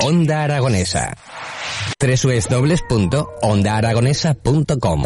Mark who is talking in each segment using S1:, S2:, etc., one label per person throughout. S1: Onda Aragonesa. www.ondaaragonesa.com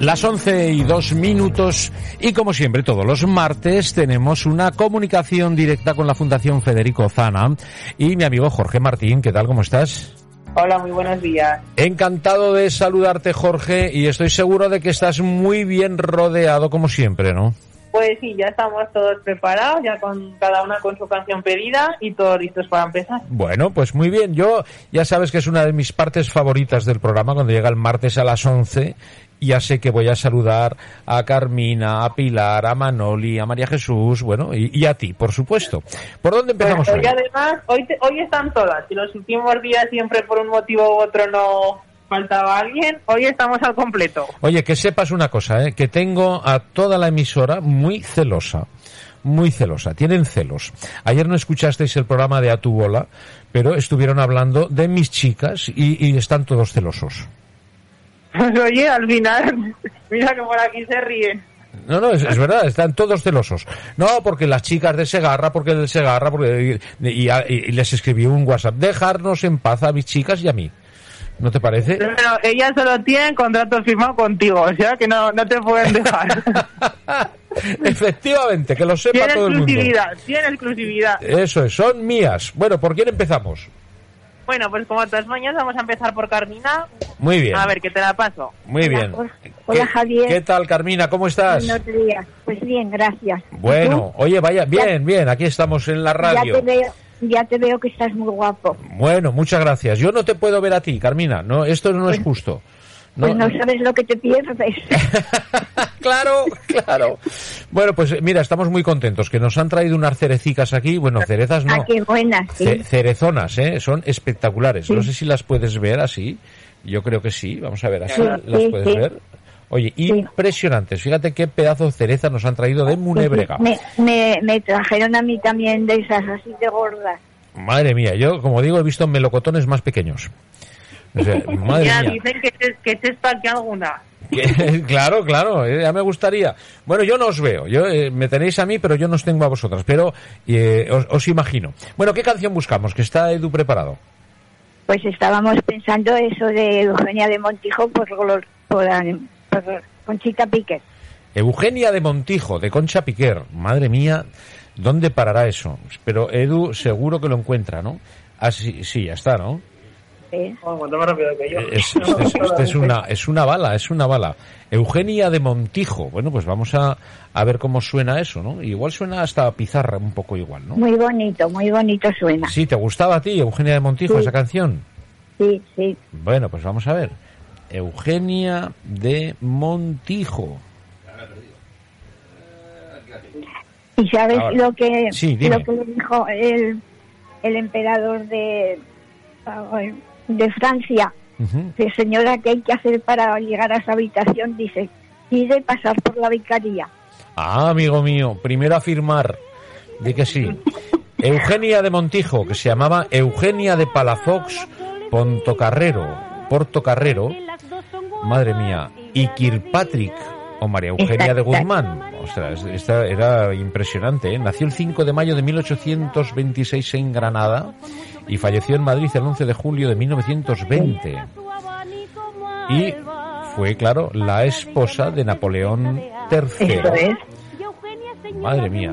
S2: Las 11 y 2 minutos y como siempre todos los martes tenemos una comunicación directa con la Fundación Federico Zana y mi amigo Jorge Martín. ¿Qué tal? ¿Cómo estás?
S3: Hola, muy buenos días.
S2: Encantado de saludarte Jorge y estoy seguro de que estás muy bien rodeado como siempre, ¿no?
S3: Pues sí, ya estamos todos preparados, ya con cada una con su canción pedida y todos listos para empezar.
S2: Bueno, pues muy bien. Yo ya sabes que es una de mis partes favoritas del programa cuando llega el martes a las 11 ya sé que voy a saludar a Carmina, a Pilar, a Manoli, a María Jesús, bueno, y, y a ti, por supuesto. ¿Por dónde empezamos
S3: Pues hoy? además, hoy, te, hoy están todas. Si los últimos días siempre por un motivo u otro no faltaba alguien, hoy estamos al completo.
S2: Oye, que sepas una cosa, ¿eh? que tengo a toda la emisora muy celosa. Muy celosa, tienen celos. Ayer no escuchasteis el programa de A tu bola, pero estuvieron hablando de mis chicas y, y están todos celosos.
S3: Pues oye, al final, mira que por aquí se ríen.
S2: No, no, es, es, verdad, están todos celosos. No, porque las chicas de Segarra, porque del Segarra, porque, y, y, y, les escribí un WhatsApp, dejarnos en paz a mis chicas y a mí. ¿No te parece?
S3: Pero ellas solo tienen contrato firmado contigo, o sea que no, no te pueden dejar.
S2: Efectivamente, que lo sepa
S3: tiene
S2: todo el mundo.
S3: Tiene exclusividad.
S2: Eso es, son mías. Bueno, ¿por quién empezamos?
S3: Bueno, pues como todas mañanas vamos a empezar por Carmina.
S2: Muy bien.
S3: A ver, que te la paso.
S2: Muy
S4: hola,
S2: bien.
S4: Hola, hola
S2: ¿Qué,
S4: Javier.
S2: ¿Qué tal, Carmina? ¿Cómo estás?
S4: Buenos días. Pues bien, gracias.
S2: Bueno, oye, vaya, bien, bien, aquí estamos en la radio.
S4: Ya te veo. Ya te veo que estás muy guapo.
S2: Bueno, muchas gracias. Yo no te puedo ver a ti, Carmina. No, esto no es justo.
S4: No, pues no sabes lo que te pierdes.
S2: Pues claro, claro. Bueno, pues mira, estamos muy contentos que nos han traído unas cerecicas aquí. Bueno, cerezas no.
S4: Ah, qué buenas. ¿sí?
S2: Ce cerezonas, ¿eh? Son espectaculares. Sí. No sé si las puedes ver así. Yo creo que sí. Vamos a ver, así
S4: Sí,
S2: las
S4: sí,
S2: puedes
S4: sí.
S2: ver. Oye, impresionantes. Fíjate qué pedazo de cereza nos han traído de Munebrega.
S4: Pues, Me, me, me trajeron a mí también de esas así de gordas.
S2: Madre mía, yo, como digo, he visto melocotones más pequeños. O sea, madre
S3: ya
S2: mía.
S3: dicen que te, que te espanque alguna.
S2: Que- claro, claro, eh, ya me gustaría. Bueno, yo no os veo, yo eh, me tenéis a mí, pero yo no os tengo a vosotras, pero eh, os, os imagino. Bueno, ¿qué canción buscamos? Que está Edu preparado.
S4: Pues estábamos pensando eso de Eugenia de Montijo por, Glor- por, ah, por Conchita Piquet.
S2: Eugenia de Montijo, de Concha Piquer. Madre mía, ¿dónde parará eso? Pero Edu seguro que lo encuentra, ¿no? Ah, sí, sí, ya está, ¿no?
S4: ¿eh?
S3: Oh, cuanto más rápido que yo.
S2: Es, es- es- es- es una, es una bala, es una bala. Eugenia de Montijo. Bueno, pues vamos a, a ver cómo suena eso, ¿no? Igual suena hasta a pizarra, un poco igual, ¿no?
S4: Muy bonito, muy bonito suena.
S2: Sí, ¿te gustaba a ti, Eugenia de Montijo,
S4: Sí.
S2: esa canción?
S4: Sí, sí.
S2: Bueno, pues vamos a ver. Eugenia de Montijo.
S4: ¿Y sabes
S2: Ahora.
S4: lo que,
S2: Sí, dime.
S4: lo que le dijo el, el emperador de, ah, de Francia?
S2: Ujú.
S4: Dice, señora, ¿qué hay que hacer para llegar a esa habitación? Dice, pide pasar por la vicaría.
S2: Ah, amigo mío, primero afirmar de que sí. Eugenia de Montijo, que se llamaba Eugenia de Palafox Pontocarrero, Portocarrero, madre mía, y Kirkpatrick o María Eugenia de Guzmán. Ostras, esta era impresionante. ¿eh? Nació el 5 de mayo de 1826 en Granada y falleció en Madrid el 11 de julio de 1920. Y fue, claro, la esposa de Napoleón III.
S4: Eso es.
S2: Madre mía.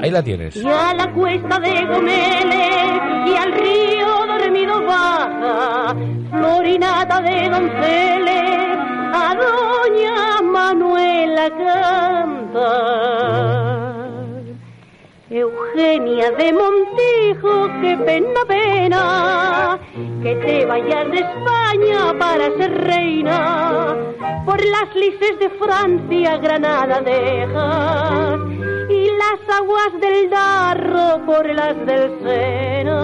S2: Ahí la tienes.
S5: Y a la cuesta de Gomeles y al río dormido baja, florinata de donceles, a doña Manuela canta. Eugenia de Montijo, qué pena, pena, que te vayas de España para ser reina. Por las lices de Francia, Granada dejas, y las aguas del Darro por las del Sena.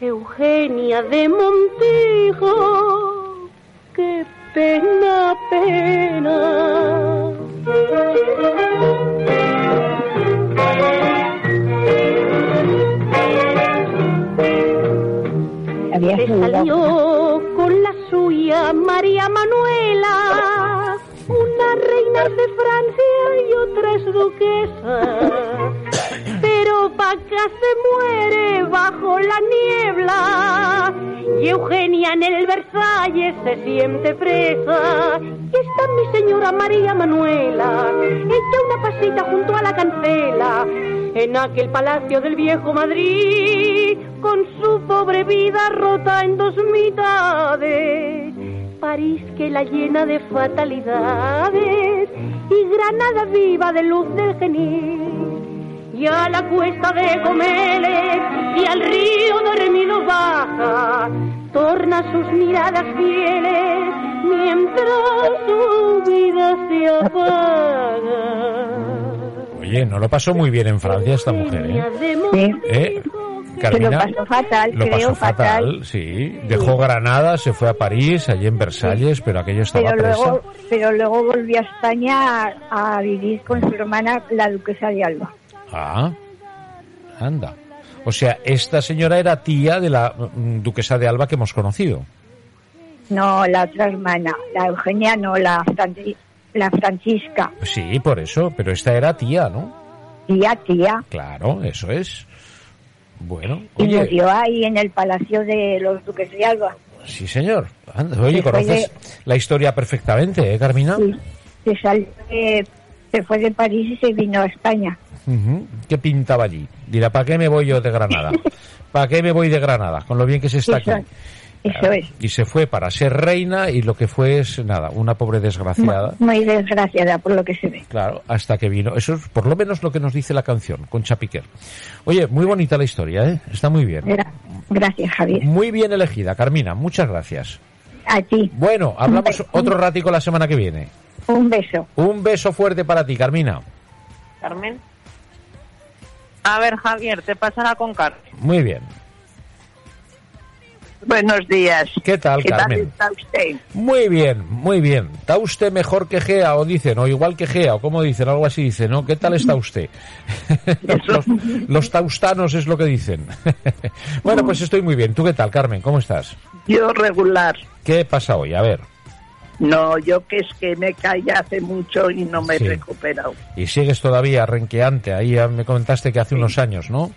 S5: Eugenia de Montijo, qué pena, pena.
S4: Había
S5: Le
S4: sido.
S5: salió con la suya María Manuela, una reina de Francia y otras duquesas. Pero Paca se muere bajo la niebla y Eugenia en el Versalles se siente presa. Y está mi señora María Manuela, hecha una pasita junto a la cancela, en aquel palacio del viejo Madrid, con su pobre vida rota en dos mitades. París que la llena de fatalidades y Granada viva de luz del genil y a la cuesta de Comeles y al río dormido baja, torna sus miradas fieles mientras su vida se apaga.
S2: Oye, no lo pasó muy bien en Francia esta mujer, ¿eh?
S4: Sí.
S2: ¿Eh?
S4: lo
S2: Carmina,
S4: pasó fatal,
S2: lo
S4: creo,
S2: pasó fatal, sí. Dejó Granada, se fue a París, allí en Versalles, pero aquello estaba
S4: Pero luego,
S2: presa.
S4: pero luego volvió a España a, a vivir con su hermana, la duquesa de Alba.
S2: Ah, anda. O sea, esta señora era tía de la mm, duquesa de Alba que hemos conocido.
S4: No, la otra hermana, la Eugenia, no, la, Franci- la Francisca.
S2: Pues Sí, por eso, pero esta era tía, ¿no?
S4: Tía, tía.
S2: Claro, eso es. Bueno,
S4: Y
S2: oye,
S4: murió ahí en el palacio de los duques de Alba.
S2: sí señor. Anda, oye,
S4: Se fue
S2: conoces la historia perfectamente, ¿eh, Carmina?
S4: Sí. Se, sal- eh, se fue de París y se vino a España.
S2: Ujú. ¿Qué pintaba allí? Dirá, ¿para qué me voy yo de Granada? ¿Para qué me voy de Granada? Con lo bien que se está aquí.
S4: Eso, eso es.
S2: Y se fue para ser reina y lo que fue es, nada, una pobre desgraciada.
S4: Mu- Muy desgraciada por lo que se ve.
S2: Claro, hasta que vino. Eso es por lo menos lo que nos dice la canción, con Chapiquer. Oye, muy bonita la historia, ¿eh? Está muy bien.
S4: Gra- Gracias, Javier.
S2: Muy bien elegida, Carmina. Muchas gracias.
S4: A ti,
S2: Bueno, hablamos otro ratico la semana que viene.
S4: un beso.
S2: Un beso fuerte para ti, Carmina.
S3: Carmen. A ver, Javier, te pasará con Carmen.
S2: Muy bien.
S6: Buenos días.
S2: ¿Qué tal, Carmen?
S6: está usted?
S2: Muy bien, muy bien. ¿Está usted mejor que Gea o dicen, o igual que Gea, o como dicen, algo así dicen, ¿no? ¿Qué tal está usted? los, los- los taustanos es lo que dicen. bueno, pues estoy muy bien. ¿Tú qué tal, Carmen? ¿Cómo estás?
S6: Yo regular.
S2: ¿Qué pasa hoy? A ver.
S6: No, yo que es que me caí hace mucho y no me
S2: Sí.
S6: he recuperado.
S2: Y sigues todavía renqueante. Ahí ah, me comentaste que hace unos años, ¿no?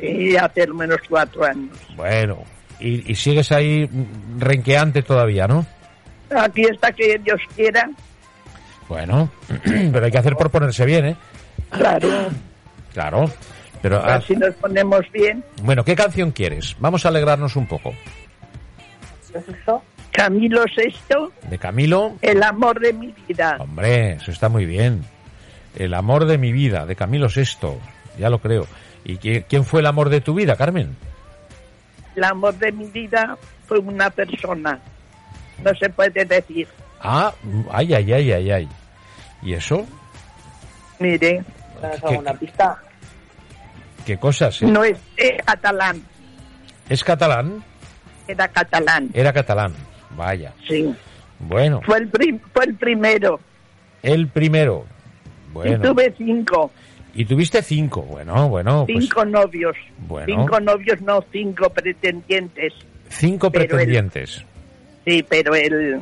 S6: Sí, hace al menos cuatro años.
S2: Bueno. Y, y sigues ahí mm, renqueante todavía, ¿no?
S6: Aquí está que Dios quiera.
S2: Bueno. pero hay que hacer por ponerse bien, ¿eh?
S6: Claro,
S2: Claro. Pero, ah,
S6: así nos ponemos bien.
S2: bueno, ¿qué canción quieres? Vamos a alegrarnos un poco.
S6: Camilo Sexto,
S2: De Camilo.
S6: el amor de mi vida.
S2: Hombre, eso está muy bien. El amor de mi vida, de Camilo VI, ya lo creo. ¿Y qui- quién fue el amor de tu vida, Carmen?
S6: El amor de mi vida fue una persona. No se puede decir.
S2: Ah, ay, ay, ay, ay, ay. ¿Y eso?
S6: Mire,
S3: ¿Tienes
S2: ¿Qué-
S3: alguna pista?
S2: ¿Qué cosas? eh?
S6: no es es catalán,
S2: ¿Es catalán?
S6: era catalán.
S2: Era catalán. Vaya.
S6: Sí,
S2: Bueno,
S6: fue el, prim- fue el primero.
S2: el primero.
S6: Y
S2: Bueno.
S6: tuve cinco,
S2: Y tuviste cinco. Bueno, bueno. pues
S6: cinco novios.
S2: bueno.
S6: Cinco novios, no cinco pretendientes.
S2: cinco
S6: pero el-
S2: pretendientes.
S6: Sí, pero el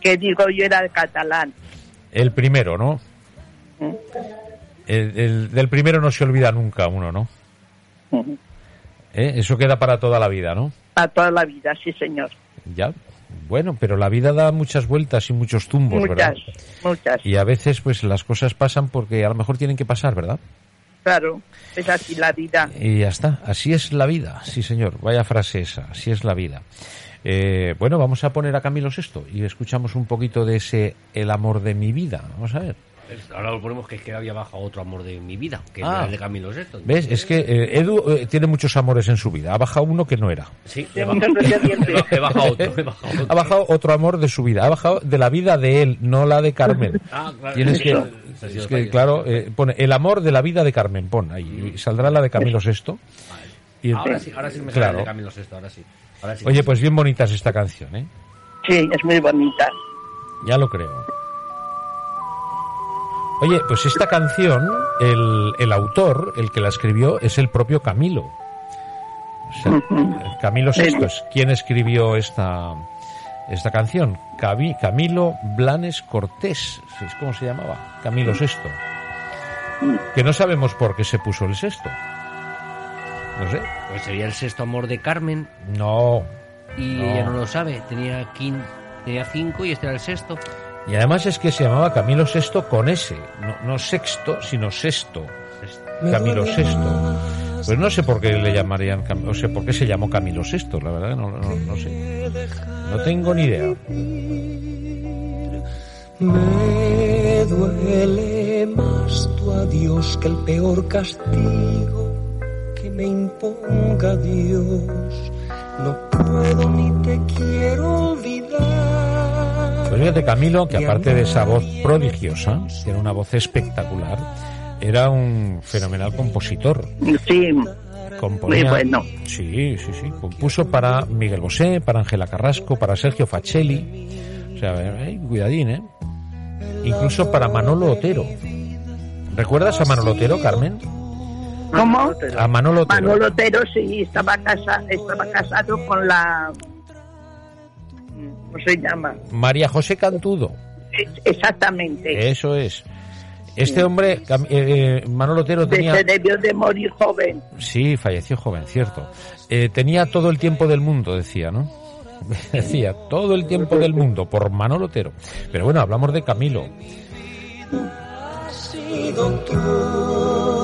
S6: que digo yo era catalán.
S2: El, primero, ¿no?
S6: Mm.
S2: El- el del primero no se olvida nunca uno, ¿no? ¿Eh? Eso queda para toda la vida, ¿no?
S6: Para toda la vida, sí, señor.
S2: Ya. Bueno, pero la vida da muchas vueltas y muchos tumbos, ¿verdad?
S6: muchas, muchas.
S2: Y a veces, pues las cosas pasan porque a lo mejor tienen que pasar, ¿verdad?
S6: Claro, es así la vida.
S2: Y ya está. Así es la vida. Sí, señor. Vaya frase esa. Así es la vida. Eh, bueno, vamos a poner a Camilo Sexto y escuchamos un poquito de ese El amor de mi vida. Vamos a ver.
S7: Ahora lo ponemos que es que había bajado otro amor de mi vida, que
S2: Ah.
S7: era el de Camilo Sesto.
S2: ¿Ves? Es que eh, Edu eh, tiene muchos amores en su vida. Ha bajado uno que no era.
S7: Sí,
S6: De
S7: he bajado,
S6: muchos pretendientes.
S7: he ba- he bajado otro, he bajado otro.
S2: Ha bajado otro amor de su vida. Ha bajado de la vida de él, no la de Carmen.
S7: Ah, claro.
S2: Tienes que,
S7: Eso.
S2: es que, claro, eh, pone el amor de la vida de Carmen. Pon ahí. Y saldrá la de Camilo VI. Y el-
S7: Mm. Ahora sí, ahora sí me sale el
S2: claro.
S7: de Camilo Sesto, ahora sí. Ahora sí.
S2: Oye, pues bien bonita es esta canción, ¿eh?
S6: Sí, es muy bonita.
S2: Ya lo creo. Oye, pues esta canción, el, el autor, el que la escribió, es el propio Camilo. O sea, Camilo VI es quien escribió esta, esta canción. Cabi- Camilo Blanes Cortés, ¿es como se llamaba? Camilo VI. Que no sabemos por qué se puso el sexto. No sé.
S7: Pues sería el sexto amor de Carmen
S2: No.
S7: y
S2: No.
S7: ella no lo sabe. Tenía, quin- tenía cinco y este era el sexto.
S2: Y además es que se llamaba Camilo VI con S. No, no sexto, sino sexto. Camilo VI. Pues no sé por qué le llamarían, Cam- o sea, por qué se llamó Camilo VI, la verdad, no, no, no sé. No tengo ni idea.
S8: Me duele más tu adiós que el peor castigo que me imponga Dios. No puedo ni te quiero olvidar.
S2: Pues fíjate, Camilo, que aparte de esa voz prodigiosa, que era una voz espectacular, era un fenomenal compositor.
S6: Sí,
S2: Componía-
S6: Muy bueno.
S2: Sí, sí, sí. Compuso para Miguel Bosé, para Ángela Carrasco, para Sergio Facelli. O sea, eh, cuidadín, ¿eh? Incluso para Manolo Otero. ¿Recuerdas a Manolo Otero, Carmen?
S6: ¿cómo?
S2: A Manolo Otero.
S6: Manolo Otero sí estaba casa, estaba casado con la ¿cómo se llama?
S2: María José Cantudo.
S6: Es- Exactamente.
S2: Eso es. Este hombre, Cam- eh, eh, Manolo Otero tenía...
S6: Se debió de morir joven.
S2: Sí, falleció joven, cierto. Eh, tenía todo el tiempo del mundo, decía, ¿no? decía, todo el tiempo del mundo, por Manolo Otero. Pero bueno, hablamos de Camilo.
S8: sido tú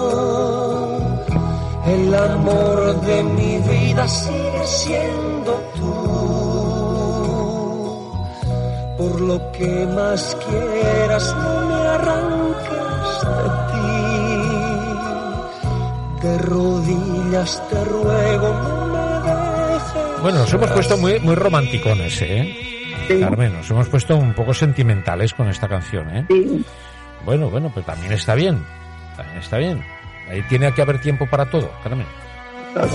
S8: el amor de mi vida sigue siendo tú por lo que más quieras no me arrancas de ti de rodillas te ruego no me dejes
S2: Bueno, nos hemos puesto muy, muy romanticones, ¿eh?
S6: Eh, Sí,
S2: Carmen, nos hemos puesto un poco sentimentales con esta canción, ¿eh?
S6: sí.
S2: Bueno, bueno, pero también está bien. También está bien. Ahí tiene que haber tiempo para todo, Carmen.
S6: todo.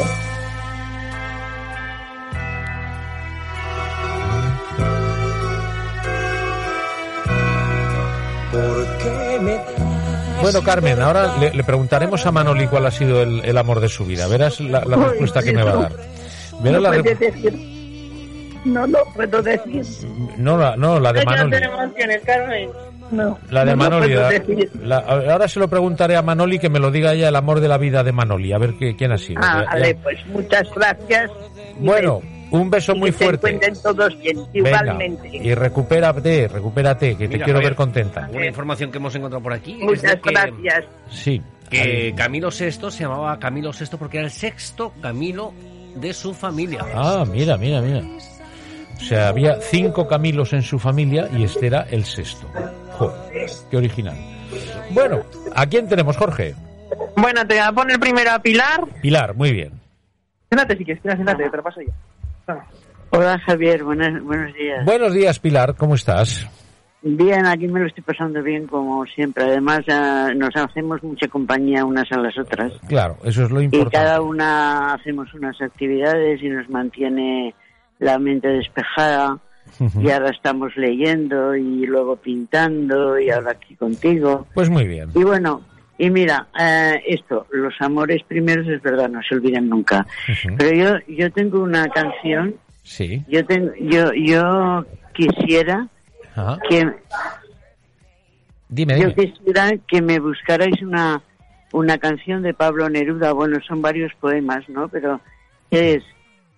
S8: porque me das
S2: Bueno, Carmen, ahora le, le preguntaremos a Manoli cuál ha sido el, el amor de su vida. Verás la, la respuesta que me va a dar. Verás
S6: no, pues
S2: la,
S6: puedes
S2: re-
S6: decir- no lo puedo decir.
S2: no, la, no, la de
S3: Hay que
S2: Manoli.
S3: hacer emociones, Carmen.
S6: No,
S2: La de
S6: no lo
S2: Manoli.
S6: puedo
S2: la-
S6: decir.
S2: la- ahora se lo preguntaré a Manoli que me lo diga ella el amor de la vida de Manoli. A ver qué, quién ha sido.
S6: Ah,
S2: Ya- ya-
S6: vale, pues muchas gracias. Y
S2: Bueno,
S6: que-
S2: un beso
S6: y
S2: muy
S6: que se
S2: fuerte.
S6: encuentren todos bien,
S2: Venga,
S6: igualmente.
S2: y recupérate, recupérate, que te
S7: Mira,
S2: quiero
S7: Javier,
S2: ver contenta.
S7: Una información que hemos encontrado por aquí. es
S6: Muchas
S7: de que-
S6: gracias.
S2: Sí.
S7: Que
S2: ahí.
S7: Camilo VI se llamaba Camilo VI porque era el sexto Camilo de su familia.
S2: Ah, mira, mira, mira. O sea, había cinco Camilos en su familia y este era el sexto. Joder, qué original. Bueno, ¿a quién tenemos, Jorge?
S3: Bueno, te voy a poner primero a Pilar.
S2: Pilar, muy bien.
S3: Siéntate si quieres, Pilar, siéntate, te lo paso yo.
S9: Hola Javier, buenas, buenos días.
S2: Buenos días, Pilar, ¿cómo estás?
S9: Bien, aquí me lo estoy pasando bien como siempre. Además ah, nos hacemos mucha compañía unas a las otras
S2: Claro, eso es lo
S9: y cada
S2: importante.
S9: una hacemos unas actividades y nos mantiene la mente despejada. Y ahora estamos leyendo y luego pintando y ahora aquí contigo.
S2: Pues muy bien.
S9: Y bueno, y mira, eh, esto, los amores primeros es verdad, no se olvidan nunca.
S2: Ujú.
S9: Pero yo, yo tengo una canción,
S2: Sí.
S9: yo, tengo, yo, yo quisiera
S2: Ajá.
S9: que
S2: Dime,
S9: Yo
S2: dime.
S9: quisiera que me buscarais una, una canción de Pablo Neruda. Bueno, son varios poemas, ¿no? Pero es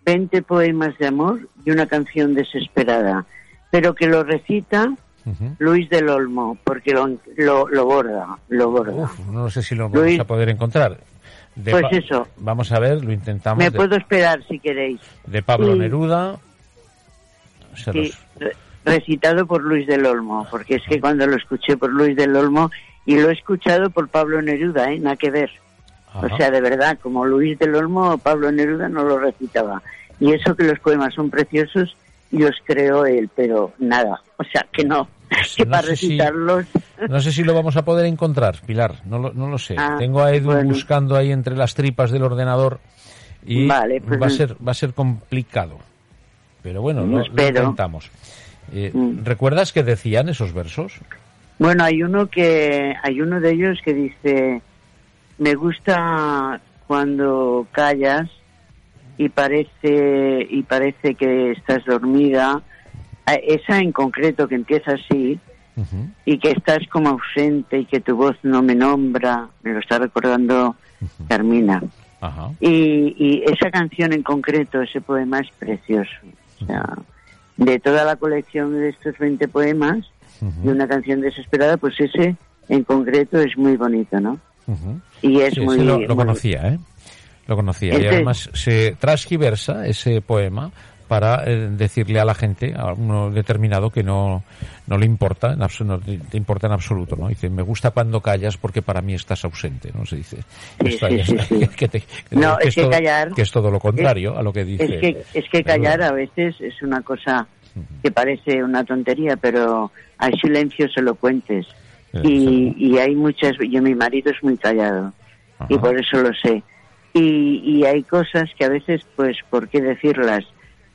S9: 20 poemas de amor y una canción desesperada. Pero que lo recita
S2: Ujú.
S9: Luis del Olmo, porque lo, lo, lo borda, lo borda.
S2: Uf, no sé si lo
S9: Luis.
S2: vamos a poder encontrar. De
S9: Pues
S2: Pa-
S9: eso.
S2: Vamos a ver, lo intentamos.
S9: me
S2: de-
S9: puedo esperar si queréis.
S2: de Pablo
S9: Sí.
S2: Neruda. Se
S9: Sí,
S2: los-
S9: re- recitado por Luis del Olmo, porque es que cuando lo escuché por Luis del Olmo y lo he escuchado por Pablo Neruda, ¿eh? nada que ver. O sea, de verdad, como Luis del Olmo, Pablo Neruda no lo recitaba. Y eso que los poemas son preciosos, los creó él, pero nada. O sea, que no, que
S2: Pues no
S9: para
S2: sé si-
S9: recitarlos.
S2: No sé si lo vamos a poder encontrar, Pilar, no lo, no lo sé.
S9: Ah,
S2: Tengo a Edu
S9: bueno.
S2: buscando ahí entre las tripas del ordenador y
S9: Vale, pues
S2: va, a
S9: mm.
S2: ser, va a ser complicado. Pero bueno,
S9: Mm,
S2: lo, lo
S9: espero. Mm.
S2: intentamos. Eh, ¿Recuerdas que decían esos versos?
S9: Bueno, hay uno que hay uno de ellos que dice me gusta cuando callas y parece y parece que estás dormida. A- Esa en concreto que empieza así y que estás como ausente y que tu voz no me nombra, me lo está recordando Carmina.
S2: Ajá.
S9: Y, y esa canción en concreto, ese poema es precioso. O sea, de toda la colección de estos 20 poemas y una canción desesperada, pues ese en concreto es muy bonito, ¿no? Y es
S2: Sí,
S9: muy...
S2: ese lo, lo
S9: muy-
S2: conocía, ¿eh? Lo conocía. Y
S9: Ese-
S2: además se transgiversa ese poema para eh, decirle a la gente, a uno determinado, que no, no le importa, en abs- no te te importa en absoluto, ¿no? Dice, me gusta cuando callas porque para mí estás ausente, ¿no? Se dice.
S9: Sí,
S2: Está-
S9: sí, sí, sí.
S2: Que, te- que
S9: No, es que
S2: todo,
S9: callar-
S2: que es todo lo contrario a lo que dice.
S9: Es que, es que callar a veces es una cosa que parece una tontería, pero hay silencios elocuentes.
S2: Eh,
S9: Y, y hay muchas... Yo, mi marido es muy callado y por eso lo sé. Y, y hay cosas que a veces, pues, ¿por qué decirlas?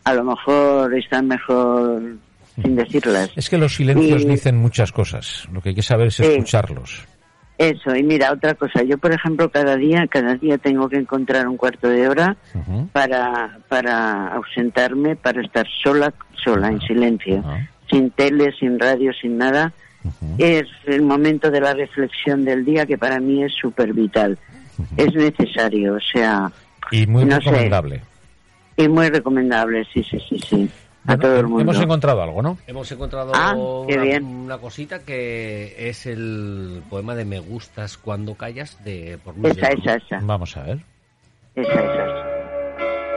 S9: A lo mejor están mejor sin decirlas.
S2: Es que los silencios
S9: Y-
S2: dicen muchas cosas. Lo que hay que saber es
S9: Sí.
S2: escucharlos.
S9: Eso, y mira, otra cosa, yo por ejemplo cada día, cada día tengo que encontrar un cuarto de hora para, para ausentarme, para estar sola, sola, en silencio, sin tele, sin radio, sin nada. Es el momento de la reflexión del día que para mí es súper vital, es necesario, o sea,
S2: Y muy
S9: No sé.
S2: recomendable.
S9: y muy recomendable, sí, sí, sí, sí, a
S2: Bueno,
S9: todo el mundo.
S2: Hemos encontrado algo, ¿no?
S7: Hemos encontrado
S9: Ah, qué
S7: una,
S9: bien.
S7: una cosita que es el poema de Me gustas cuando callas de por Luis
S9: Esa,
S7: del Olmo.
S9: esa, esa,
S2: Vamos a ver.
S9: esa, esa.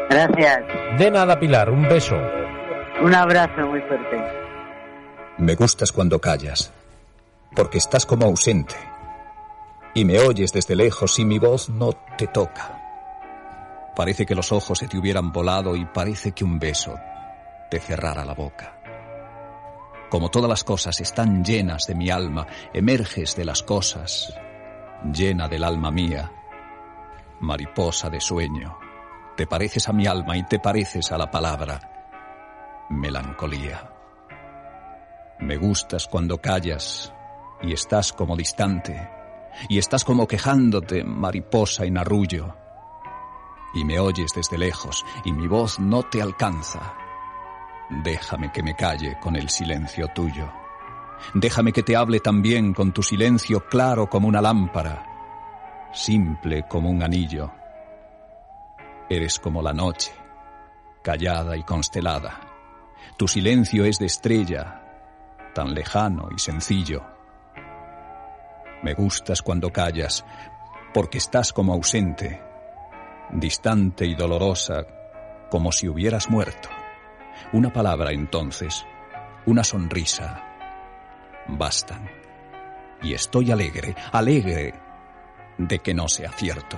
S9: Gracias,
S2: De nada, Pilar, un beso.
S9: un abrazo muy fuerte.
S10: Me gustas cuando callas, porque estás como ausente. Y me oyes desde lejos y mi voz no te toca. Parece que los ojos se te hubieran volado y parece que un beso te cerrara la boca. Como todas las cosas están llenas de mi alma, emerges de las cosas, llena del alma mía, mariposa de sueño. Te pareces a mi alma y te pareces a la palabra melancolía. Me gustas cuando callas y estás como distante, y estás como quejándote, mariposa en arrullo, y me oyes desde lejos, y mi voz no te alcanza. Déjame que me calle con el silencio tuyo. Déjame que te hable también con tu silencio claro como una lámpara, simple como un anillo. Eres como la noche, callada y constelada. Tu silencio es de estrella, tan lejano y sencillo. Me gustas cuando callas, porque estás como ausente, distante y dolorosa, como si hubieras muerto. Una palabra entonces, una sonrisa, bastan. Y estoy alegre, alegre de que no sea cierto.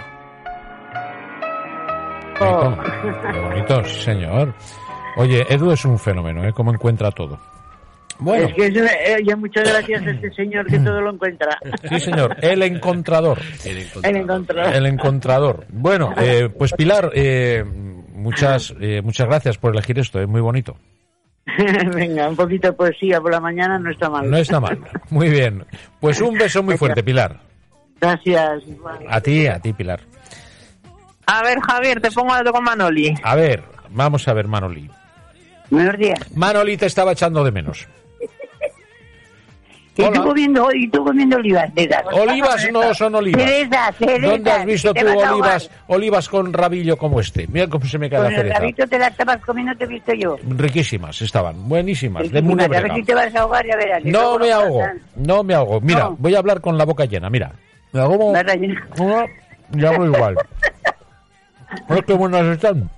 S2: Bonito. Qué bonito, sí, señor. Oye, Edu es un fenómeno, ¿eh? Cómo encuentra todo. Bueno,
S9: Es que eso, eh, ya muchas gracias a este señor que todo lo encuentra.
S2: sí, señor. El encontrador.
S9: El encontrar.
S2: El encontrador. Bueno, eh, pues Pilar, eh, muchas, eh, muchas gracias por elegir esto, es muy bonito.
S9: Venga, un poquito de poesía por la mañana no está mal.
S2: No está mal. Muy bien. Pues un beso muy fuerte, Pilar.
S9: Gracias.
S2: A ti, a ti, Pilar.
S3: A ver, Javier, te pongo algo con Manoli.
S2: A ver, vamos a ver, Manoli.
S9: Buenos días.
S2: Manoli te estaba echando de menos.
S4: Y
S2: Hola.
S4: tú comiendo, y tú comiendo olivas de esas.
S2: Olivas no son olivas.
S4: Cerezas, cerezas.
S2: ¿Dónde has visto
S4: que
S2: tú
S4: te vas a ahogar.
S2: olivas, olivas con rabillo como este? Mira cómo se me cae
S4: Con
S2: la
S4: el
S2: cereza.
S4: rabito te la estabas comiendo, te he visto yo.
S2: Riquísimas estaban, buenísimas, de
S4: Riquísimas, a ver
S2: Munebrega.
S4: si te vas a ahogar, ya verás.
S2: No me ahogo, no me ahogo. Mira,
S4: No.
S2: voy a hablar con la boca llena, mira. Me hago como...
S4: Me relleno.
S2: Ya hablo igual. Bueno, qué buenas están.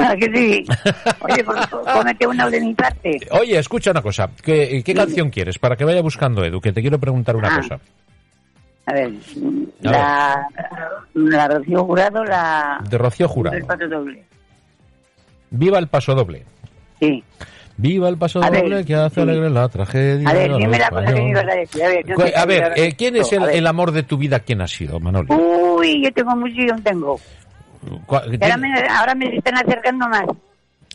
S4: Ah, que sí. Oye, pues, cómete uno de mi parte.
S2: Oye, escucha una cosa. ¿Qué, qué canción quieres? Para que vaya buscando Edu, que te quiero preguntar una
S4: Ah.
S2: cosa.
S4: A ver, la, la Rocío Jurado, la...
S2: De Rocío
S4: del
S2: Jurado.
S4: Pato Doble.
S2: Viva el paso doble.
S4: Sí.
S2: Viva el paso
S4: A ver,
S2: doble que hace
S4: sí.
S2: alegre la tragedia.
S4: A ver,
S2: del
S4: dime la cosa que
S2: español.
S4: me ibas a decir. A ver, yo
S2: Cu-
S4: sé
S2: A
S4: que
S2: ver,
S4: ahora-
S2: eh, ¿quién es el,
S4: A ver.
S2: el amor de tu vida? ¿Quién ha sido, Manolio?
S4: Uy, yo tengo mucho, yo tengo.
S2: Cua-
S4: Y Ahora me, ahora me están acercando más.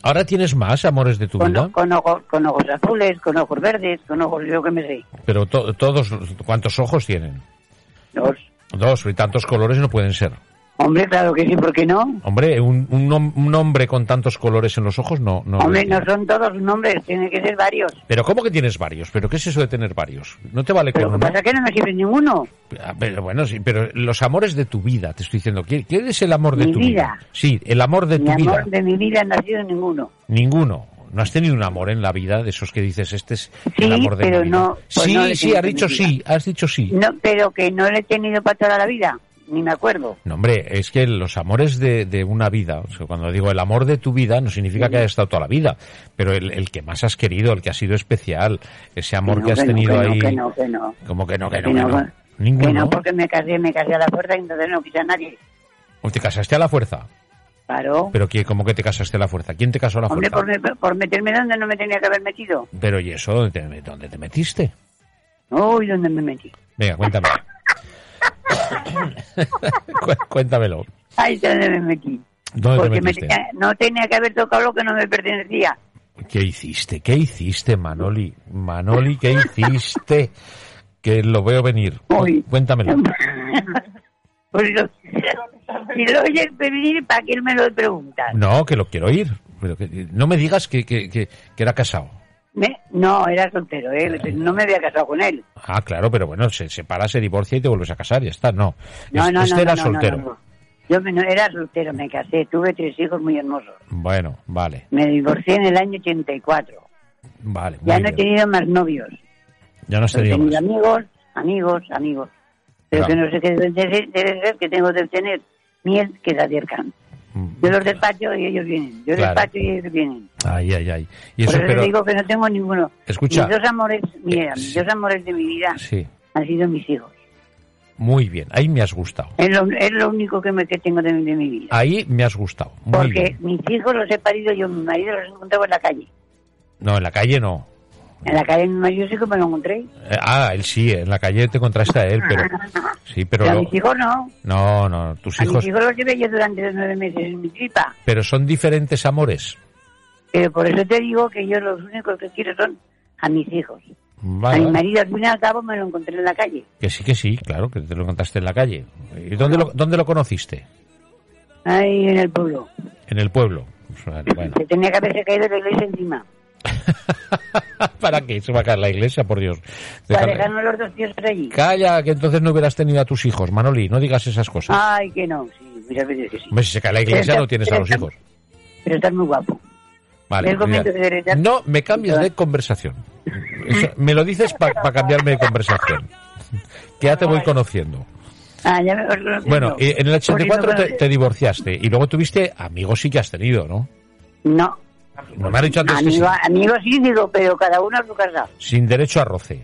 S2: ¿Ahora tienes más amores de tu vida?
S4: Con ojos, con ojos azules, con ojos verdes, con ojos, yo que me sé.
S2: Pero to- todos, ¿cuántos ojos tienen?
S4: Dos.
S2: Dos, y tantos colores no pueden ser.
S4: Hombre, claro que sí, ¿por qué no?
S2: Hombre, un, un hom- un hombre con tantos colores en los ojos no... no
S4: Hombre, no son todos nombres, tiene que ser varios.
S2: Pero ¿cómo que tienes varios? ¿Pero qué es eso de tener varios? No te vale
S4: Pero
S2: con
S4: lo que
S2: uno.
S4: pasa es que no me sirve ninguno.
S2: Ah, Pero bueno, sí, pero los amores de tu vida, te estoy diciendo. ¿Quién, quién es el amor de
S4: Mi
S2: tu vida?
S4: vida.
S2: Sí, el amor de
S4: Mi
S2: tu vida.
S4: amor de mi vida no ha sido ninguno.
S2: Ninguno. No has tenido un amor en la vida de esos que dices, este es
S4: Sí,
S2: el amor de
S4: pero
S2: mi vida.
S4: no- pues
S2: sí,
S4: no le
S2: sí,
S4: tienes
S2: has
S4: que
S2: dicho
S4: mentir.
S2: sí, has dicho sí.
S4: No, pero que no le he tenido para toda la vida, ni me acuerdo.
S2: No, hombre, es que los amores de, de una vida, o sea, cuando digo el amor de tu vida, no significa que haya estado toda la vida, pero el, el que más has querido, el que ha sido especial, ese amor
S4: no,
S2: que has
S4: no,
S2: tenido
S4: no,
S2: ahí.
S4: que no, que no.
S2: ¿Cómo que no, que no,
S4: Que
S2: que
S4: no,
S2: no?
S4: que-
S2: Ninguno.
S4: Que no, porque me casé, me casé a la fuerza y entonces no quise a nadie.
S2: ¿O te casaste a la fuerza?
S4: Claro.
S2: ¿Pero qué, cómo que te casaste a la fuerza? ¿Quién te casó a la
S4: Hombre,
S2: fuerza?
S4: por, me- por meterme donde no me tenía que haber metido.
S2: Pero ¿y eso? ¿Dónde te, dónde te metiste?
S4: Uy, ¿dónde me metí?
S2: Venga, cuéntame. Cu- Cuéntamelo.
S4: Ay, ¿dónde me metí?
S2: ¿Dónde
S4: porque
S2: te
S4: me
S2: metiste?
S4: tenía- no tenía que haber tocado lo que no me pertenecía.
S2: ¿Qué hiciste? ¿Qué hiciste, Manoli? Manoli, ¿qué hiciste? Que lo veo venir. Cuéntamelo.
S4: Pues lo- si lo oyes pedir, ¿para qué me lo preguntas?
S2: No, que lo quiero oír. Pero que- no me digas que, que- que- que era casado.
S4: Me- ¿Eh? No, era soltero, ¿eh? no me había casado con él.
S2: Ah, claro, pero bueno, se separa, se divorcia y te vuelves a casar y ya está. No,
S4: No,
S2: Es-
S4: no,
S2: este
S4: no,
S2: era
S4: no, no,
S2: soltero.
S4: no, no. Yo me- no, era soltero, me casé, tuve tres hijos muy hermosos.
S2: Bueno, vale,
S4: Me divorcié en el año 84.
S2: vale.
S4: Ya
S2: muy
S4: no he
S2: bien.
S4: tenido más novios.
S2: Ya no has
S4: He
S2: tenido
S4: tenido
S2: más.
S4: amigos, amigos, amigos. Pero
S2: Claro.
S4: que no sé qué debe ser, debe ser que tengo que tener miel que se acercan. Yo los despacho y ellos vienen. Yo
S2: Mm. Claro.
S4: despacho y ellos vienen.
S2: Ay, ay, ay. Y eso,
S4: Por eso
S2: pero...
S4: te digo que no tengo ninguno.
S2: Escucha.
S4: Mis dos amores, mira,
S2: Eh,
S4: mis
S2: sí.
S4: dos amores de mi vida
S2: Sí,
S4: han sido mis hijos.
S2: muy bien. Ahí me has gustado.
S4: Es lo, es lo único que, me, que tengo de, mi- de mi vida.
S2: Ahí me has gustado. Muy
S4: Porque
S2: bien.
S4: mis hijos los he parido yo, mi marido los he encontrado en la calle.
S2: No, en la calle no.
S4: En la calle, mi marido sí que me lo encontré.
S2: Eh, Ah, él sí, en la calle te contrasta a él, pero... Sí, pero...
S4: Pero a
S2: lo-
S4: mis hijos no.
S2: No, no, tus
S4: A
S2: hijos...
S4: mis hijos los llevé yo durante los nueve meses en mi tripa.
S2: Pero son diferentes amores.
S4: Pero por eso te digo que yo los únicos que quiero son a mis hijos.
S2: Vale,
S4: a mi
S2: vale.
S4: marido al fin y al cabo me lo encontré en la calle.
S2: Que sí, que sí, claro, que te lo contaste en la calle. ¿Y dónde lo, dónde lo conociste?
S4: Ahí en el pueblo.
S2: En el pueblo. Pues, Bueno, bueno.
S4: Se tenía que haberse caído la iglesia encima.
S2: ¿Para qué? Se va a caer la iglesia, por Dios.
S4: Para
S2: Déjame-
S4: dejarnos los dos tíos allí.
S2: Calla, que entonces no hubieras tenido a tus hijos, Manoli, no digas esas cosas.
S4: Ay, que no. Sí, muchas veces que sí.
S2: Hombre, si se cae la iglesia no tienes a los hijos.
S4: Pero estás muy guapo.
S2: Vale.
S4: Él comienza
S2: mira.
S4: de derecha.
S2: No, me cambias de conversación. Eso, me lo dices para cambiarme de conversación. Que ya te voy conociendo.
S4: Ah, ya me- os lo entiendo.
S2: Bueno, y en el
S4: Por
S2: 84
S4: eso
S2: te,
S4: me-
S2: te divorciaste y luego tuviste amigos sí que has tenido, ¿no?
S4: No,
S2: No me has dicho antes que sí.
S4: amigo, amigo sí digo, pero cada uno a su casa.
S2: Sin derecho a roce,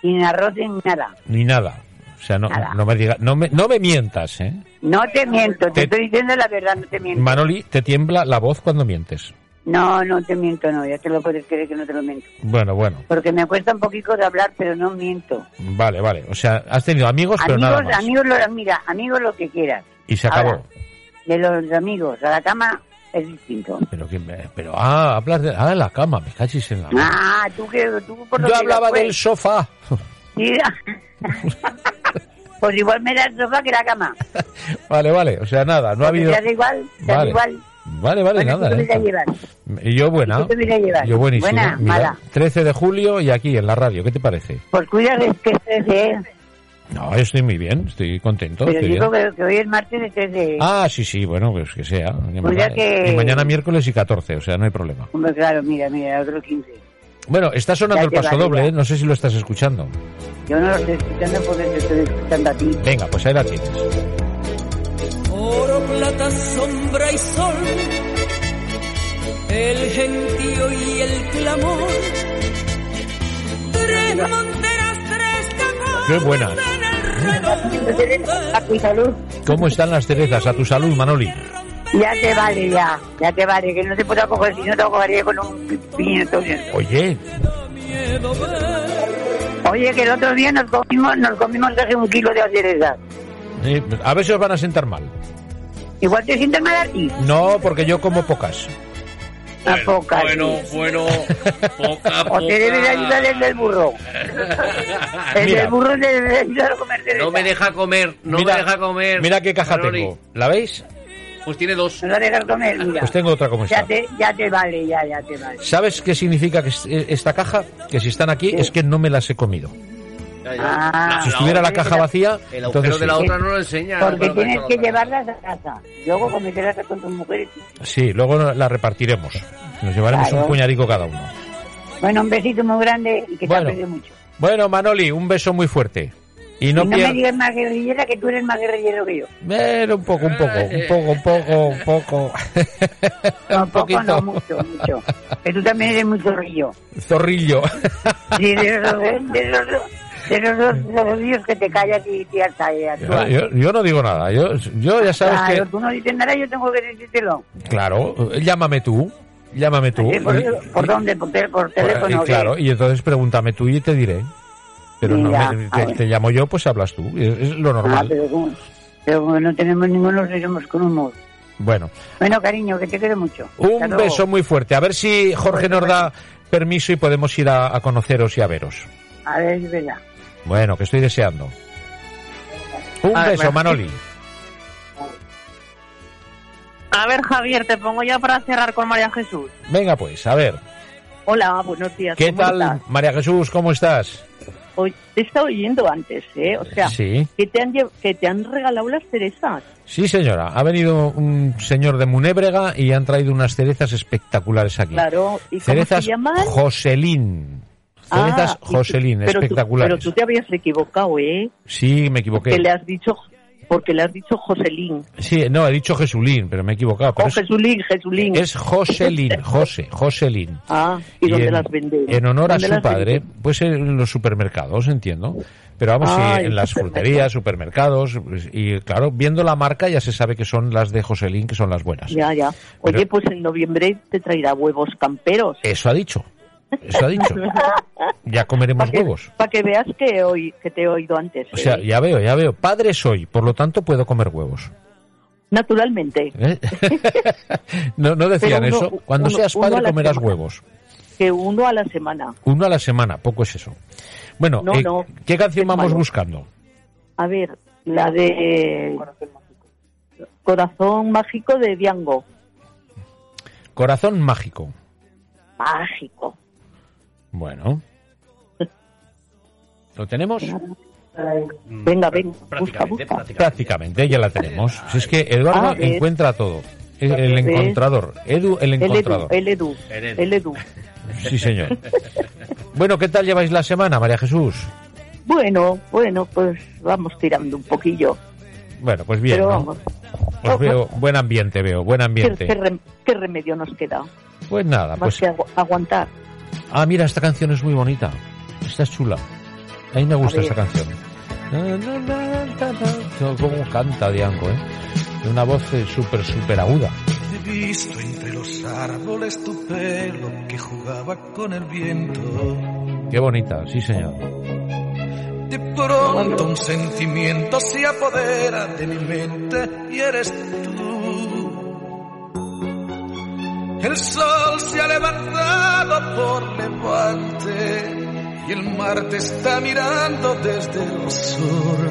S4: Sin arroz ni nada.
S2: ni nada. O sea, no, no me digas, no me, no me mientas, ¿eh?
S4: No te miento, te,
S2: Te-
S4: estoy diciendo la verdad, no te miento.
S2: Manoli, te tiembla la voz cuando mientes.
S4: No, no te miento, no, ya te lo puedes creer que no te lo miento.
S2: Bueno, bueno,
S4: Porque me cuesta un poquito de hablar, pero no miento.
S2: vale, vale. O sea, has tenido amigos, Pues, pero nada
S4: Amigos,
S2: más.
S4: amigos, lo, mira, amigos lo que quieras.
S2: Y se acabó.
S4: Ahora, de los amigos a la cama es distinto.
S2: Pero que me- pero ah, hablas de ah, la cama, me cachis en la cama.
S4: Ah, tú que tú por lo
S2: Yo
S4: que
S2: hablaba
S4: fue.
S2: del sofá.
S4: Sí. pues igual me da el sofá que la cama.
S2: Vale, vale, o sea, nada, no ha habido
S4: Te hace igual, te hace
S2: Vale.
S4: igual.
S2: Vale, vale,
S4: Bueno,
S2: nada.
S4: tú te
S2: ¿eh?
S4: la llevas.
S2: Y yo buena.
S4: ¿Y tú te la llevas?
S2: Yo buenísima.
S4: Buena,
S2: mira.
S4: mala.
S2: 13 de julio y aquí en la radio, ¿qué te parece?
S4: Pues cuidado es que es 3 de él.
S2: No, yo estoy muy bien, estoy contento.
S4: Pero
S2: estoy
S4: digo
S2: bien.
S4: que, que hoy es martes es 3 de
S2: Ah, sí, sí, bueno, pues que sea. Y
S4: Pues ya
S2: mañana,
S4: que-
S2: y mañana miércoles y 14, o sea, no hay problema.
S4: Hombre, claro, mira, mira, otro 15.
S2: Bueno, está sonando
S4: Ya
S2: el paso
S4: llevaré
S2: doble, ¿eh? no sé si lo estás escuchando.
S4: Yo no lo estoy escuchando porque te estoy escuchando a ti.
S2: Venga, pues ahí la tienes.
S8: Oro, plata, sombra y sol el gentío y el clamor. Tres monteras, tres
S2: Qué buena.
S4: A tu salud.
S2: ¿Cómo están las cerezas? A tu salud, Manoli.
S4: Ya te vale, ya. Ya te vale. Que no te puedo coger si no te cogería con un piñito.
S2: Oye,
S4: Oye, que el otro día nos comimos, nos comimos casi un kilo de cerezas.
S2: eh, a ver si os van a sentar mal.
S4: Igual te sientes mal a ti.
S2: No, porque yo como pocas.
S4: A pocas.
S7: Bueno, bueno, poca,
S4: O te debe de ayudar el del burro. El
S2: Ah, Mira.
S4: del burro te debe de ayudar a comer cerezas.
S7: No me deja comer, no
S2: Mira-
S7: me deja comer.
S2: Mira qué caja
S7: Manoli.
S2: tengo. ¿La veis?
S7: Pues tiene dos.
S4: No la dejas comer, mira.
S2: Pues tengo otra como
S4: Ya
S2: esta.
S4: te, ya te vale, ya, ya te vale.
S2: ¿Sabes qué significa que es- eh, esta caja? Que si están aquí es que no me las he comido.
S4: Ah.
S2: Si estuviera la caja vacía,
S7: El agujero
S2: entonces
S7: de la
S2: sí.
S7: otra no lo enseña.
S4: Porque
S7: pero
S4: tienes
S7: no lo
S4: que
S7: saca.
S4: llevarlas a casa. Luego cometerás con tus mujeres.
S2: Sí, luego la repartiremos. Nos llevaremos
S4: Claro.
S2: un puñadico cada uno.
S4: Bueno, un besito muy grande y que
S2: Bueno.
S4: te aprecio mucho.
S2: Bueno, Manoli, un beso muy fuerte. Y
S4: Y
S2: no,
S4: no, me
S2: pierdas...
S4: digas más guerrillera que tú eres más guerrillero que yo.
S2: Bueno, un poco, un poco, un poco, un poco, un poco.
S4: No,
S2: un
S4: poco no,
S2: poquito.
S4: mucho, mucho. Que tú también eres muy zorrillo.
S2: Zorrillo.
S4: Sí, de esos dos, de esos dos- de esos dos zorrillos que te callas y te alzas.
S2: Yo, yo- yo no digo nada. Yo, yo ya sabes
S4: Claro, tú no dices nada, yo tengo que decírtelo.
S2: que. Claro, eh, llámame tú. Llámame tú.
S4: Eh, ¿Por,
S2: y-
S4: por dónde? ¿Por, tel- por
S2: por-
S4: teléfono?
S2: y
S4: ¿o qué?
S2: claro, y entonces pregúntame tú y te diré. Pero no,
S4: Ya,
S2: me-
S4: a
S2: te,
S4: ver.
S2: te llamo yo, pues hablas tú. Es, es lo
S4: Ah,
S2: normal.
S4: pero como, pero como no tenemos ninguno, nos iremos con humor.
S2: Bueno,
S4: Bueno, cariño, que te quiero mucho. Hasta
S2: un
S4: luego.
S2: beso muy fuerte. A ver si Jorge nos da permiso y podemos ir a, a conoceros y a veros.
S4: A ver, vela.
S2: Bueno, que estoy deseando. Un
S3: A ver,
S2: beso,
S3: bueno.
S2: Manoli.
S3: A ver, Javier, te pongo ya para cerrar con María Jesús.
S2: Venga, pues, a ver.
S11: Hola, buenos días.
S2: ¿Qué
S11: ¿cómo
S2: tal,
S11: estás?
S2: María Jesús? ¿Cómo estás?
S11: Hoy te he estado oyendo antes, ¿eh? O sea,
S2: Sí.
S11: que, te han lle- que te han regalado las cerezas.
S2: Sí, señora. Ha venido un señor de Munébrega y han traído unas cerezas espectaculares aquí.
S11: Claro. ¿Y cómo
S2: cerezas
S11: se llaman?
S2: Joselín.
S11: Ah,
S2: Cerezas
S11: y tú-
S2: Joselín,
S11: pero tú-
S2: espectaculares.
S11: pero tú te habías equivocado, ¿eh?
S2: Sí, me equivoqué.
S11: Que le has dicho, porque le has dicho Joselín.
S2: Sí, no, he dicho Jesulín, pero me he equivocado.
S11: O
S2: Pero es,
S11: Oh, Jesulín, Jesulín.
S2: es Joselín, José, Joselín.
S11: Ah, ¿y, dónde
S2: en,
S11: las vendéis?
S2: en honor a
S11: ¿Dónde
S2: su
S11: las
S2: padre,
S11: vendéis?
S2: pues en los supermercados, entiendo. Pero vamos, sí,
S11: Ah, en
S2: en las fruterías, supermercados, pues, y claro, viendo la marca ya se sabe que son las de Joselín, que son las buenas.
S11: Ya, ya. Oye,
S2: Pero-
S11: pues en noviembre te traerá huevos camperos.
S2: Eso ha dicho, eso ha dicho. Ya comeremos huevos.
S11: Para que veas que hoy que te he oído antes.
S2: O sea,
S11: ¿eh?
S2: ya veo, ya veo. Padre soy, por lo tanto puedo comer huevos.
S11: Naturalmente.
S2: ¿Eh? no, no decían
S11: Pero uno-
S2: eso. Cuando
S11: uno-
S2: seas
S11: uno a
S2: padre
S11: la
S2: comerás
S11: semana.
S2: huevos.
S11: Que uno a la semana.
S2: Uno a la semana, poco es eso. Bueno,
S11: No,
S2: eh,
S11: no.
S2: ¿qué canción vamos
S11: malo.
S2: buscando?
S11: A ver, la de Corazón Mágico de Diango.
S2: Corazón mágico.
S11: Mágico.
S2: Bueno. ¿Lo tenemos?
S11: Venga, venga, busca,
S7: prácticamente,
S11: busca.
S2: Mm, Prácticamente ya la tenemos. Si es que Eduardo
S11: Ah, ¿ves?
S2: encuentra todo. El, el
S11: ¿Ves?
S2: encontrador. Edu, el
S11: El Edu,
S2: encontrador.
S11: el Edu,
S7: El Edu.
S11: el Edu.
S2: Sí, señor. Bueno, ¿qué tal lleváis la semana, María Jesús?
S11: Bueno, bueno, pues vamos tirando un poquillo.
S2: Bueno, pues bien.
S11: pero
S2: ¿no?
S11: vamos,
S2: Os veo, buen ambiente veo, buen
S11: ¿qué, qué
S2: ambiente.
S11: rem- qué remedio nos queda?
S2: Pues nada, pues...
S11: Más que agu- aguantar.
S2: Ah, mira, esta canción es muy bonita. Esta es chula. A mí me gusta
S11: ver.
S2: esta canción. Na, na, na, na, na. Cómo canta Diango, ¿eh? De una voz eh, súper, súper aguda.
S8: He visto entre los árboles tu pelo que jugaba con el viento.
S2: Qué bonita, sí señor.
S8: De pronto un sentimiento se apodera de mi mente y eres tú. El sol se ha levantado por levante y el mar te está mirando desde el sur.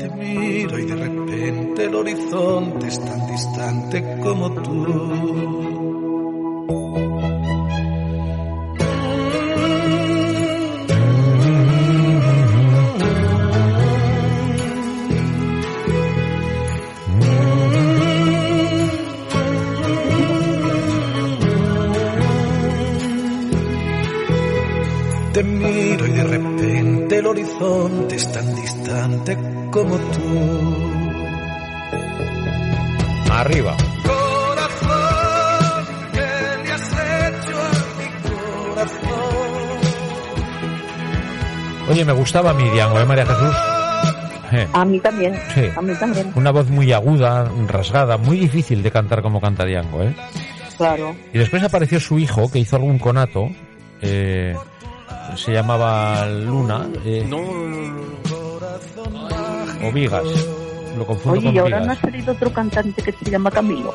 S8: Te miro y de repente el horizonte es tan distante como tú. Te miro y de repente el horizonte es tan distante como tú.
S2: Arriba.
S8: Corazón que le has
S2: Oye, me gustaba mi Diango, ¿eh, María Jesús? Eh,
S11: A mí también.
S2: Sí.
S11: A mí también.
S2: Una voz muy aguda, rasgada, muy difícil de cantar como canta Diango, ¿eh?
S11: Claro.
S2: Y después apareció su hijo, que hizo algún conato, eh, se llamaba Luna, eh, o Vigas, lo confundo
S11: Oye, y
S2: con
S11: ahora no
S2: Vigas.
S11: ha salido otro cantante que se llama Camilo.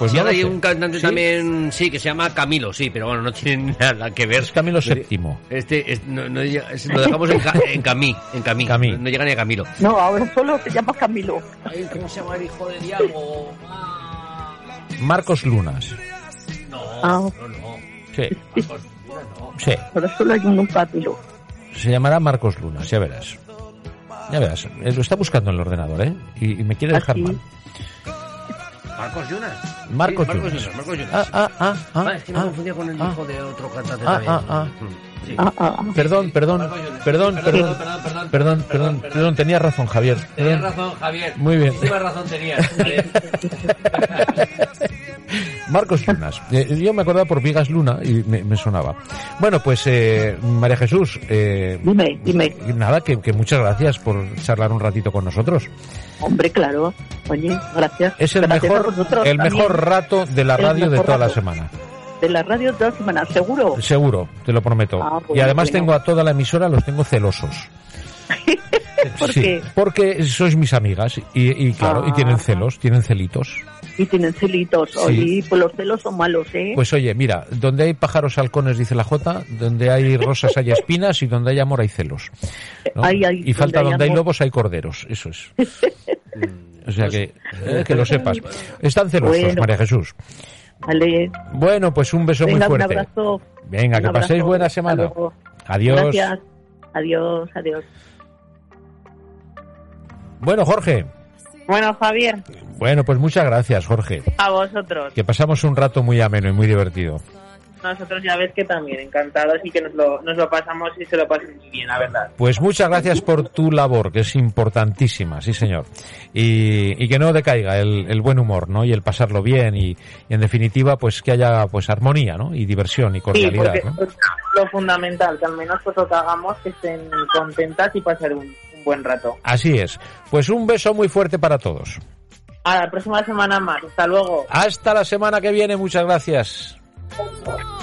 S2: Pues
S7: y
S2: no
S7: ahora
S2: lo
S7: hay
S2: sé.
S7: un cantante
S2: ¿Sí?
S7: también, sí, que se llama Camilo, sí, pero bueno, no tiene nada que ver. Es
S2: Camilo VII.
S7: Este, es- no- no llega- es- lo dejamos en, Ca- en Camí, en Camí. No, llega ni a Camilo.
S11: No, ahora solo se llama Camilo.
S7: ¿Cómo se llama el hijo de Diago?
S2: Marcos Lunas.
S11: Ah,
S2: Sí. Sí.
S11: ahora solo hay uno Camilo.
S2: Se llamará Marcos Lunas, ya verás. Ya verás. Eh, Lo está buscando en el ordenador, ¿eh? Y, y me
S11: Ah,
S2: quiere dejar mal.
S7: Marcos Jonas.
S2: Marcos
S7: Sí, Marcos
S2: Jonas.
S7: Jonas. Marcos Jonas.
S2: Ah, ah, ah, ah,
S7: Ah, es que me
S2: ah,
S7: confundía con el
S2: ah.
S7: hijo de otro cantante
S2: Ah,
S7: también.
S2: ah, ah.
S7: Sí.
S2: Perdón, perdón, perdón, perdón, perdón, perdón, perdón, perdón, tenía razón, Javier.
S7: Tenías
S2: Perdón.
S7: razón, Javier.
S2: Muy bien.
S7: Muchísima razón tenías. Javier.
S2: Marcos Lunas. Eh, Yo me acordaba por Vigas Luna y me, me sonaba. Bueno, pues eh, María Jesús. eh,
S11: Dime, dime.
S2: Nada, que, que muchas gracias por charlar un ratito con nosotros.
S11: Hombre, claro. Oye, gracias.
S2: Es el
S11: Gracias a
S2: mejor,
S11: vosotros
S2: el
S11: también.
S2: mejor rato de la
S11: El
S2: radio de
S11: mejor
S2: toda la
S11: rato.
S2: semana.
S11: De la radio de la semana, seguro.
S2: Seguro, te lo prometo.
S11: Ah,
S2: y
S11: bueno,
S2: además
S11: bueno.
S2: tengo a toda la emisora, los tengo celosos.
S11: ¿Por
S2: Sí,
S11: qué?
S2: Porque sois mis amigas y, y claro, y tienen
S11: Ah.
S2: celos, tienen celitos.
S11: Y tienen celitos.
S2: Sí.
S11: Oye, pues los celos son malos, ¿eh?
S2: Pues oye, mira, donde hay pájaros halcones, dice la Jota, donde hay rosas hay espinas y donde hay amor hay celos. ¿no?
S11: Ay, ay,
S2: y falta
S11: donde hay
S2: donde hay
S11: amor.
S2: lobos hay corderos, eso es. Mm, O sea que, eh, que lo sepas. Están celosos,
S11: Pues, Bueno.
S2: María Jesús.
S11: Vale.
S2: Bueno, pues un beso
S11: Venga,
S2: muy
S11: un
S2: fuerte.
S11: abrazo.
S2: Venga,
S11: Un
S2: que paséis
S11: abrazo.
S2: buena
S11: Hasta
S2: semana.
S11: luego.
S2: Adiós.
S11: Gracias. Adiós, adiós.
S2: Bueno, Jorge.
S3: Bueno, Javier,
S2: Bueno, pues muchas gracias, Jorge.
S3: a vosotros.
S2: Que pasamos un rato muy ameno y muy divertido.
S3: Nosotros ya ves que también, encantados y que nos lo, nos lo pasamos y se lo pasen muy bien, la verdad.
S2: Pues muchas gracias por tu labor, que es importantísima, sí señor. Y, y que no decaiga el, el buen humor, ¿no? Y el pasarlo bien y, y, en definitiva, pues que haya pues armonía, ¿no? Y diversión y
S3: Sí,
S2: cordialidad,
S3: porque
S2: ¿no?
S3: es lo fundamental, que al menos pues lo que hagamos que estén contentas y pasar un, un buen rato.
S2: Así es. Pues un beso muy fuerte para todos.
S3: A la próxima semana más, hasta luego.
S2: Hasta la semana que viene, muchas gracias.
S8: Oh,